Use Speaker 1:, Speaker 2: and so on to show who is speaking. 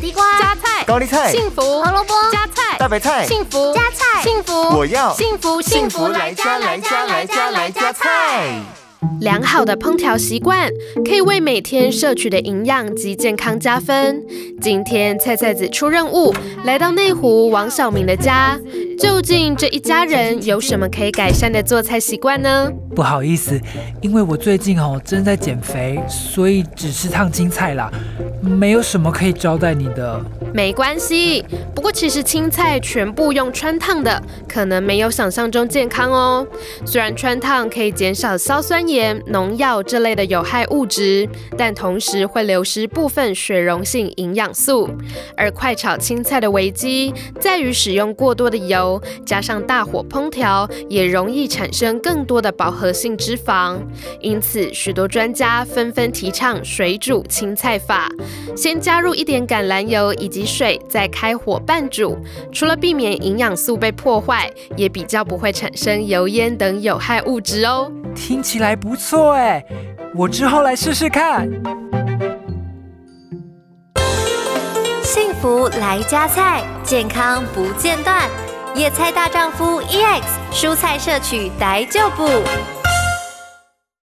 Speaker 1: 地瓜、
Speaker 2: 加菜、
Speaker 3: 高丽菜、
Speaker 2: 幸福、
Speaker 1: 胡萝卜、
Speaker 2: 加菜、
Speaker 3: 大白菜、
Speaker 2: 幸福、
Speaker 1: 加菜
Speaker 2: 幸福，
Speaker 3: 我要
Speaker 2: 幸福
Speaker 3: 幸福来家来家来家来家菜。
Speaker 2: 良好的烹调习惯可以为每天摄取的营养及健康加分。今天菜菜子出任务，来到内湖王小明的家，究竟这一家人有什么可以改善的做菜习惯呢？
Speaker 4: 不好意思，因为我最近哦正在减肥，所以只吃烫青菜啦，没有什么可以招待你的。
Speaker 2: 没关系，不过其实青菜全部用穿烫的，可能没有想象中健康哦。虽然穿烫可以减少硝酸盐、农药这类的有害物质，但同时会流失部分水溶性营养素。而快炒青菜的危机在于使用过多的油，加上大火烹调，也容易产生更多的饱和性脂肪。因此，许多专家纷纷提倡水煮青菜法，先加入一点橄榄油以及水，再开火拌煮。除了避免营养素被破坏，也比较不会产生油烟等有害物质哦。
Speaker 4: 听起来不错哎，我之后来试试看。
Speaker 1: 幸福来加菜，健康 E 不间断。野菜大丈夫 EX 蔬菜摄取逮就补。